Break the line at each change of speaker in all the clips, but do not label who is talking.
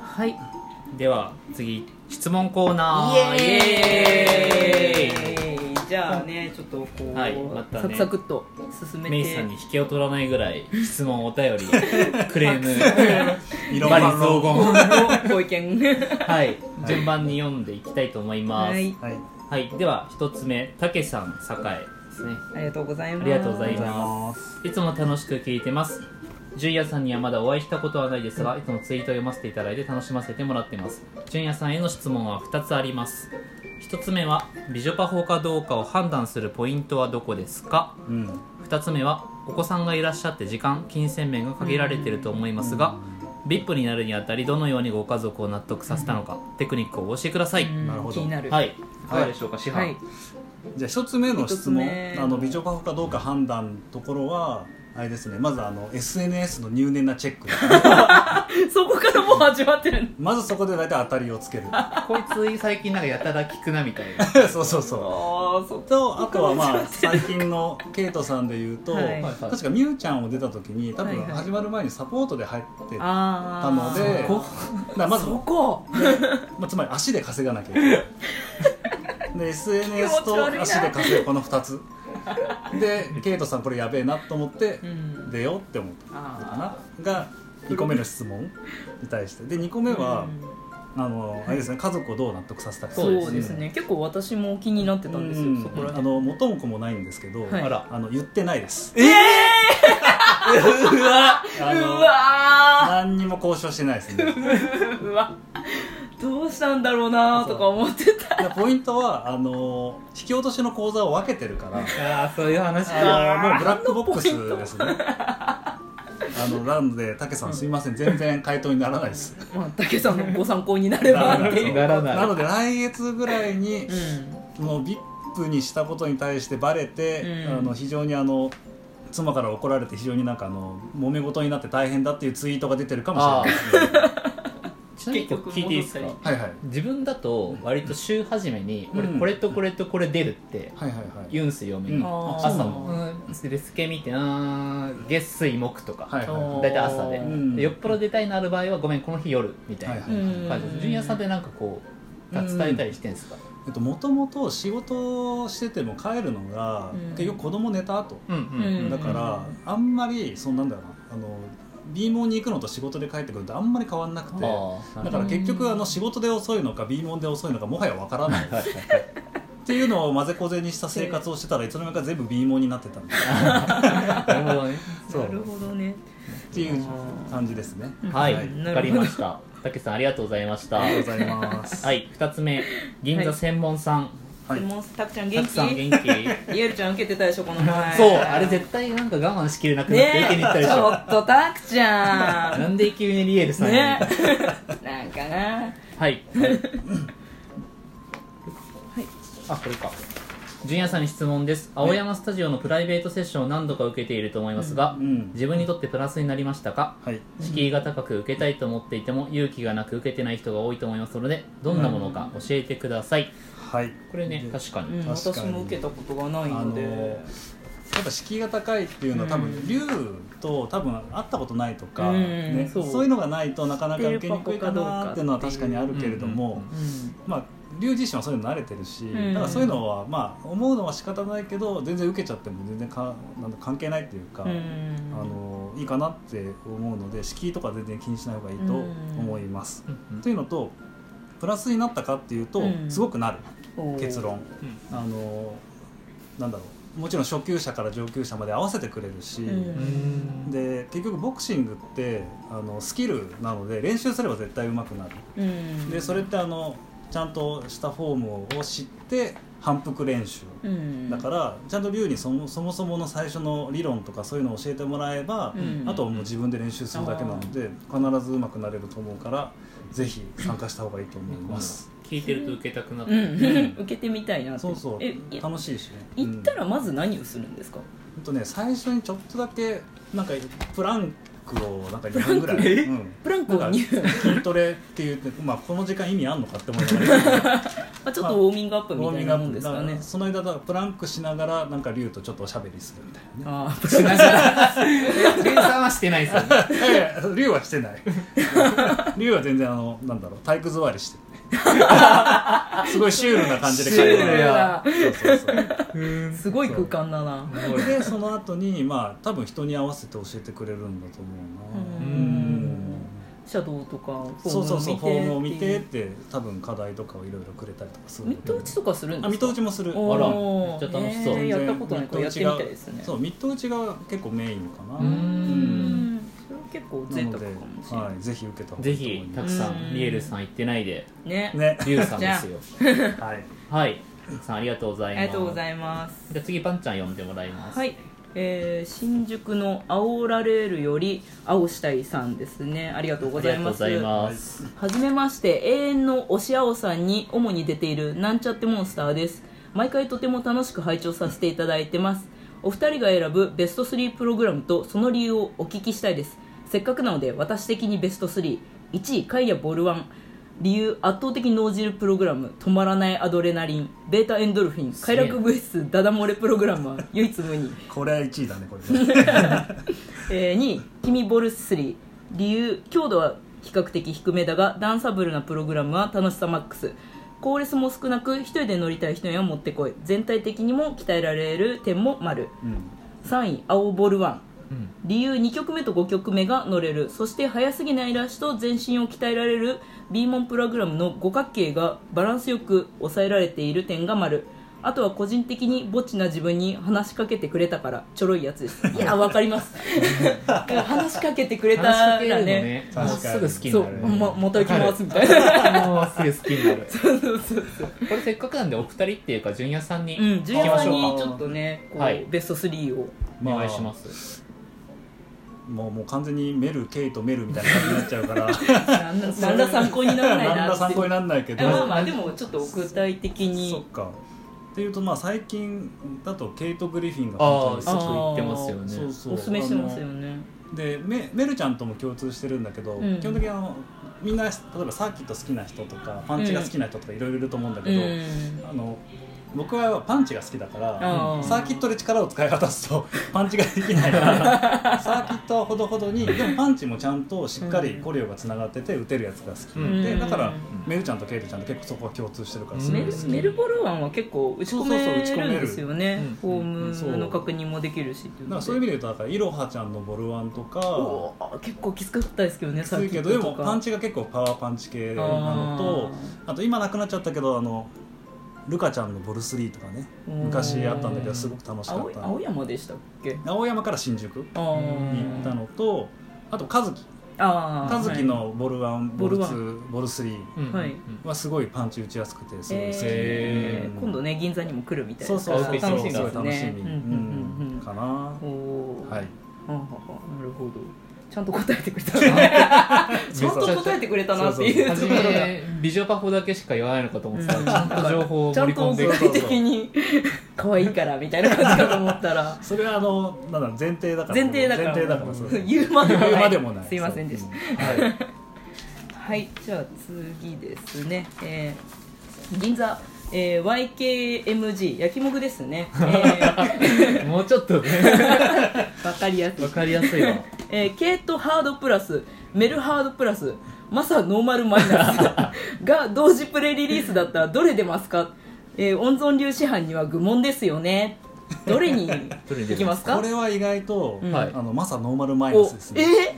はい
では次質問コーナー
イエ
イエーイ
ーイじゃあねちょっとこう、
はいまたね
サクサクっと進めて
メイさんに引けを取らないぐらい質問お 便りクレーム
いろん
バリ
な
雑
の。
言
ごご意見
はい順番に読んでいきたいと思いま
は
すはい、
い
はい。
では一つ目たけさん栄ですね
ありがとうございます
ありがとうござ
あ
い
りがとうござい
ま
ます。
いつも楽しく聞いてます純也さんにはまだお会いしたことはないですがいつもツイートを読ませていただいて楽しませてもらってます純也さんへの質問は2つあります1つ目は美女パフォかどうかを判断するポイントはどこですか
うん。
2つ目はお子さんがいらっしゃって時間金銭面が限られていると思いますが VIP になるにあたりどのようにご家族を納得させたのかテクニックをお教えください、
うん
なるほど
気になる、
はいいいかがでしょうか師範、
はい、
じゃあ一つ目の質問
一つ目、
あの美女パフかどうか判断のところは。あれですね、まずあの SNS の入念なチェック
そこからもう始まってるん
まずそこで大体当たりをつける
こいつ最近なんかやたら聞くなみたいな
そうそうそ
ああそう
とあと はまあ最近のケイトさんで言うと、
はい
確かみゆちゃんを出た時に多分
はいはい
始まる前にサポートで入ってた
ああ
ので、
そこ
だからまず
そこ
まあ、つまり足で稼がなきゃい けないで SNS
気持ち
と
悪いな
足で稼ぐこの2つでケイトさんこれやべえなと思って
うん
出ようって思ったの
あ
かなが2個目の質問に対してで2個目
ー
は
う、ん
あのあれですね家族をどう納得させたか
そうですね
そうですね結構私も気になってたんですよ、
うん
そこら
あ
辺
の元も子もないんですけど、
はい
あら
あの言ってないです
ええ
うわ
あ
ー、う
の
わ
何にも交渉してないですね
ーうわどうしたんだろうなーとか思ってた
でポイントはあの引き落としの口座を分けてるから
ああそういう話
あのもうブラックボックスですね。あのなので、たけさんすいません、全然回答にならな いです。
まあ武さんのご参考になればっていう
ならない
なので、来月ぐらいに
う、ん
その VIP にしたことに対してバレて、
うん
あの非常にあの妻から怒られて、非常になんかあの揉め事になって大変だっていうツイートが出てるかもしれないですね。
ちなみにこれ聞いていいですか
結局戻っ
はいはい
自分だと割と週始めに俺
うん
これとこれとこれ出るって
はいはいはい。
言うんすよ嫁
うん
に
あー
朝もうんでスケ見てな月水木と
は
か
いは
大体朝で
うん
でよっぽど出たいのある場合はごめんこの日夜みたいな
は
う
い
ん
感じですジュニアさんってなんかこう
うん
伝えたりしてんすか
い。えっと、もともと仕事をしてても帰るのが、
うん
結局子供寝た後。
うんうん
だから、あんまりそんなんだよなあの B 門に行くのと仕事で帰ってくるとあんまり変わんなくてだ
ああ
から結局あの仕事で遅いのか B 門で遅いのかもはやわからないっていうのを混ぜこぜにした生活をしてたらいつの間にか全部 B 門になってたんだよ
なるほどね
そう
なるほどね
っていう感じですね
はい
はい
わかりましたたけさんありがとうございました
あ
は
りがとうございます
い2つ目銀座専門さん
はい
でもたくちゃん
た
元
くさん
気
元気
イエルちゃん受けてたでしょこの前
そう、あれ絶対なんか我慢しきれなくなって
ね
受けに行ったでし
ちょ
ょ。
っとたくちゃ
なんんで急にリエルさんに。
ね なんかな
はい。あ、これか。純也さんに質問です。青山スタジオのプライベートセッションを何度か受けていると思いますが
う、ん
自分にとってプラスになりましたか
はい
敷居が高く受けたいと思っていても勇気がなく受けてない人が多いと思いますので、どんなものか教えてください。
はい
これね、
で
確か
う
に。
ん
確かに
私も受けたことがない
あ
の
の
で
やっぱ敷居が高いっていうのは多
うん
分竜と多分会ったことないとか、
うん
ね、
そ
そうういうのがないとなかなか受けにくいかなーっていうのは確かにあるけれども、
うん
うん
まあ龍自身はそういうの慣れてるし、
ん
だからそういうのはまあ思うのは仕方ないけど全然受けちゃっても全然かなんだ関係ないっていうか、
うん
あのいいかなって思うので敷居とか全然気にしない方がいいと思います。
うん
というのとプラスになったかっていうと、
うん
すごくなる
おー
結論
う
あのなんだろうもちろん初級者から上級者まで合わせてくれるし、
うん
ん。
で結局ボクシングってあのスキルなので練習すれば絶対上手くなる。
うん
でそれってあのちゃんとしたフォームを知って反復練習
うん
だからちゃんと龍にそもそもそもの最初の理論とかそういうのを教えてもらえば、
うん
あとはもう自分で練習するだけなので必ず上手くなれると思うからぜひ参加した方がいいと思います、
聞いてると受けたくなっ
う
て。
ん受けてみたいなって
そうそ
え
う
い
楽しいしね
行った
うん
らまず何をするんですか
ほんとね最初にちょっとだけなんかプランクをなんか2分ぐらい、
え
うん、
プランクを
なんか
2分、
筋トレっていうて、まあ、この時間意味あんのかって思いながら
まあ、ちょっとウォーミングアップみたいなもんですか
だ
ね
らその間だからプランクしながらなんか竜とちょっとおしゃべりする みたい
ああ
しながら連鎖はしてないですよね
ないやい や竜はしてない竜は全然あのなんだろう体育座りして るすごいシュールな感じで
シュール
会話をそうそうそ う
すごい空間だな
でその後にまあ多分人に合わせて教えてくれるんだと思う
う
な
ん
うん
シャドウとか
そうそうそうフ
フ
ォ
ォ
ー
ー
ム
ム
を
を
見
見
て
て
っ
って
多分課題とかをいろいろくれたりとかす
て
る
ミッド打ちとかするんで
あ
す
ミッ
か
ド打ちもする
おー
あらめっちゃ楽しそ
えー
う
全然
やったことないからやってみたいです
ミッ
ね
ド打ちがそうミッド打ちが結構メインかな
うー
うん
ん
んそれは結構贅
なの
沢
で
かもしれな
はいぜひ受けた方が
ぜ
いいと思
ひ
います
たくさんリエルさん行ってないで
いね
ね
リュウさんですよ
はい
はいたくさんありがとうござ
あ
い
り
ます
がとうございます
じゃあ次パンちゃん呼んでもらいます
はい、えー新宿の煽られるより青したいさんですねありがとうご
あり
ざ
が
い
とうご
ます
ざいます
はじめまして永遠の推し青さんに主に出ているなんちゃってモンスターです毎回とても楽しく拝聴させていただいてますお二人が選ぶベスト3プログラムとその理由をお聞きしたいですせっかくなので私的にベスト31位カイヤボルワン理由圧倒的脳汁プログラム止まらないアドレナリンベータエンドルフィン
げえ
快楽物質ダダ漏れプログラムは唯一無二
これは1位だねこれ
えー、2君ボルス3理由強度は比較的低めだがダンサブルなプログラムは楽しさマックスコーレスも少なく一人で乗りたい人にはもってこい全体的にも鍛えられる点も丸
うん
3位青ボルワン
うん
理由2曲目と5曲目が乗れるそして速すぎないラッシュと全身を鍛えられる B モンプログラムの五角形がバランスよく抑えられている点が丸あとは個人的にぼっちな自分に話しかけてくれたからちょろいやつ ですいやわかりますだから話しかけてくれた
話しからけるの
ね
ね
確かに
すぐ好きに
そ
な
う
る
ままた行きますみたい な
なもうすぐ好きになる
そうそうそう
これせっかくなんでお二人っていうか純也さんに
うん
聞
純
き
也
ま
さ
し
ん
ょうか、
にちょっとねこう、
はい
ベスト3を
お願いします
もうもう完全にメルケイとメルみたいな感じになっちゃうから
なんだなんだ参考に ならないな
何ら参考に
な
なんないけど
まあまあでもちょっと具体的に
そっかっていうとまあ最近だとケイト・グリフィンが
あ
本
あす
当
ぐ
に好
行ってますよ
き
ね
そう
おすすめしてますよね
あのでメメルちゃんとも共通してるんだけど、
うん
基本的にあのみんな例えばサーキット好きな人とかパンチが好きな人とかいろいろいると思うんだけど、あの僕はパンチが好きだから、
うん
サーキットで力を使い果たすと パンチができないから サーキットはほどほどにでもパンチもちゃんとしっかりコリオがつながってて打てるやつが好き、
うん
でだから
ん
メルちゃんとケイトちゃんって結構そこは共通してるから
メ
好
ル
き
メルボルワンは結構打ち込
そうそうそう打ち
め
込
る
め
ん
る
ですよね
うん
フォームの確認もできるしっていう
だか
の
ら
で
そういう意味で言うとだからイロハちゃんのボルワンとか
おー結構きつかったですけどね
きついけどでもパンチが結構パワーパンチ系なのとあと今なくなっちゃったけどあのルカちゃんのボルスリーとかね昔あったんだけどすごく楽しか
青
っ
い
た
青山でしたっけ
青山から新宿に
あ
行
ー
ったのとあと和樹
あー
和樹のボルワン
ボ
ボ
ル
ル
ワン
ツーボルスリ
うん
はい
ーはすごいパンチ打ちやすくてすごい好き、
え
う
ー今度ね銀座にも来るみたい
そ
な
うそうそう
楽しみ
すご
で
い
す
楽し
ね
み、
うんうんうんうん
かな
おー
はい
はあはあなるほどちゃんと答えてくれたな ちゃんと答えてくれたなっていうと
初
ころが
め美女パフォだけしか言わないのかと 思ってた
うん
らちゃんと情報を
ちゃ
盛
ん
り込
と具
んで
体的に可愛いからみたいな感じかと思ったら
それはあのなんだろう前提だから
前提だから
前提だからそ れ
言うまでもない
言うまでもない
すいませんでし
そう
はい
はいじゃあ次ですね、えー銀座、えー YKMG 焼きもぐですね、え ー
もうちょっとね
わかりやすい
わかりやすいわ
えー、ケイトハードプラスメルハードプラスマサノーマルマイナスが同時プレリリースだったらどれ出ますか、えー温存流市販には愚問ですよねどれに行きますか
これは意外と、
うん
はい
あのまさノーマルマイナ
お
スですね
え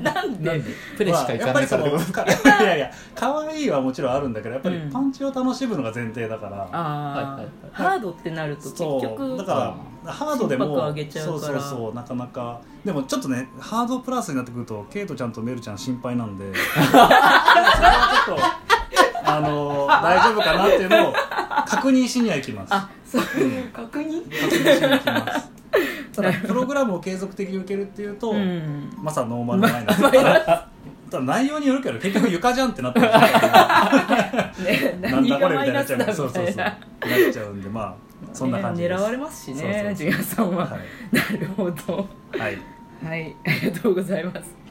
ー なん
な
で
んでプレしかいかないから
まあやっぱりそのか いやいや可愛いはもちろんあるんだけどやっぱり
うん
パンチを楽しむのが前提だから、
あー、
はいはいはい
ハードってなると結
そう
局
だからハードで
心
も
拍上げちゃうから
そうそうそうなかなかでもちょっとねハードプラスになってくるとケイトちゃんとメルちゃん心 配なんでそれはちょっとあの大丈夫かなっていうのを確認しにはいきます
あそう
うん
確認
確認しにはいきます ただプログラムを継続的に受けるっていうと、
うん
まさノーマルマイ ナスただ内容によるけど結局床じゃんってなってるから
ね、
なん
何
だこ
が
れみ
マ
たい
イ
に
ナ
なっち
スだみたいな
ゃうそうそうそうなっちゃうんでまあそんな感じです
ね狙われますし
そうそう
ね
そう
ジュニアさんは、
は
なるほど
い、はい、
はい、はい、 ありがとうございます。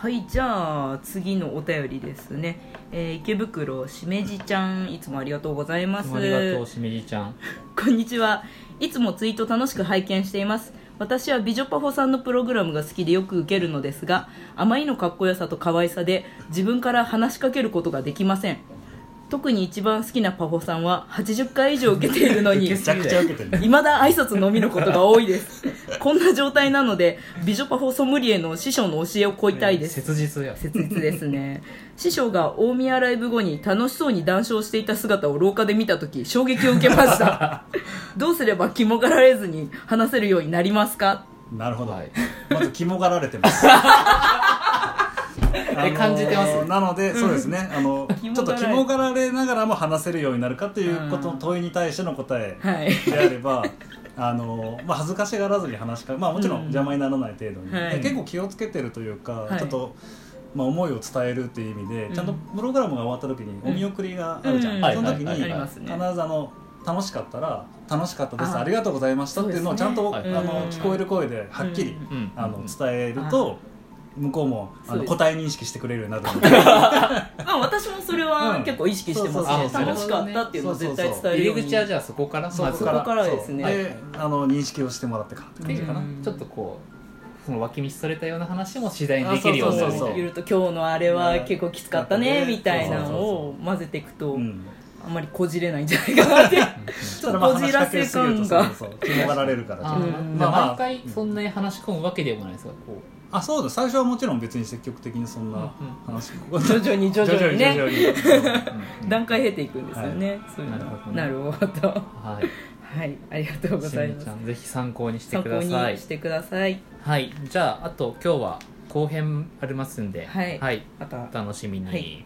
はい、じゃあ次のお便りですね。えー池袋しめじちゃん、いつもありがとうございま
いつ
す。
もありがとうしみじちゃん
こんにちは。いつもツイート楽しく拝見しています。私は美女パフォさんのプログラムが好きでよく受けるのですが、あまりのかっこよさと可愛さで自分から話しかけることができません。特に一番好きなパフォさんは80回以上受けているの に、
めちゃくちゃ受けてるね
いまだ挨拶のみのことが多いです。こんな状態なので、美女パフォソムリエの師匠の教えを請いたいです。
切実や
切実ですね師匠が大宮ライブ後に楽しそうに談笑していた姿を廊下で見た時衝撃を受けました どうすれば肝がられずに話せるようになりますか
なるほど、
はい
まず肝がられて ますあの
感じてます
なのでそうですねあのち
肝
ょっ
がら
と
い
肝がられながらも話せるようになるかということ
う
の
ん
問いに対しての答え
はい
であればあの、まあ、恥ずかしがらずに話しかまあもちろん
うん
邪魔にならない程度に、
はい
で結構気をつけてるというか、
はい
ちょっと。まあ、思いを伝えるっていう意味で、
うん
ちゃんとプログラムが終わった時にお見送りがあるじゃん、
うん
うん
その時に
はい
あ
はい
り
はい
ます
必
ね
ずあの楽しかったら楽しかったです
あ
ありがとうございましたっていうのをちゃんと、
そうですね
あの
うん
聞こえる声ではっきり、
うん
うん
あの伝えると向こうもあ
そう
の
です
答え認識してくれるようになると 思う
まあ私もそれは結構意識してますね、
うんそうそうそう
楽しかったっていうのを絶対伝えるよ
入
うに
り口はじゃあそこから
う
まず
そこからですね
そうであの認識をしてもらってからって
っ
感
てい
じ
う
か
か
な、
な
うん
ちょっとこうその脇道それたような話も次第にできるようになるみたいな
そうそうそう
言うと今日のあれは結構きつかったねみたいなのを混ぜていくと
うん
あんまりこじれないんじゃないかなってちょっとこじらせ感が
そうそう気もがられるから
あ
う
あ
ん
ーまあ、毎回そんなに話し込むわけでもないですがこう
そうだ最初はもちろん別に積極的にそんな
うん
話
徐々に徐々にね
々に 徐々に
段階経ていくんですよね、そういうの
なるほどね
なるほど
はい、
はいありがとうご
し
ざい
み
ま
ち
す
ゃんぜひ参考にして
参
く
考
だ
に
さい
してください
はいじゃああと今日は後編ありますんで
はい
はい、
また
お楽しみに、
はい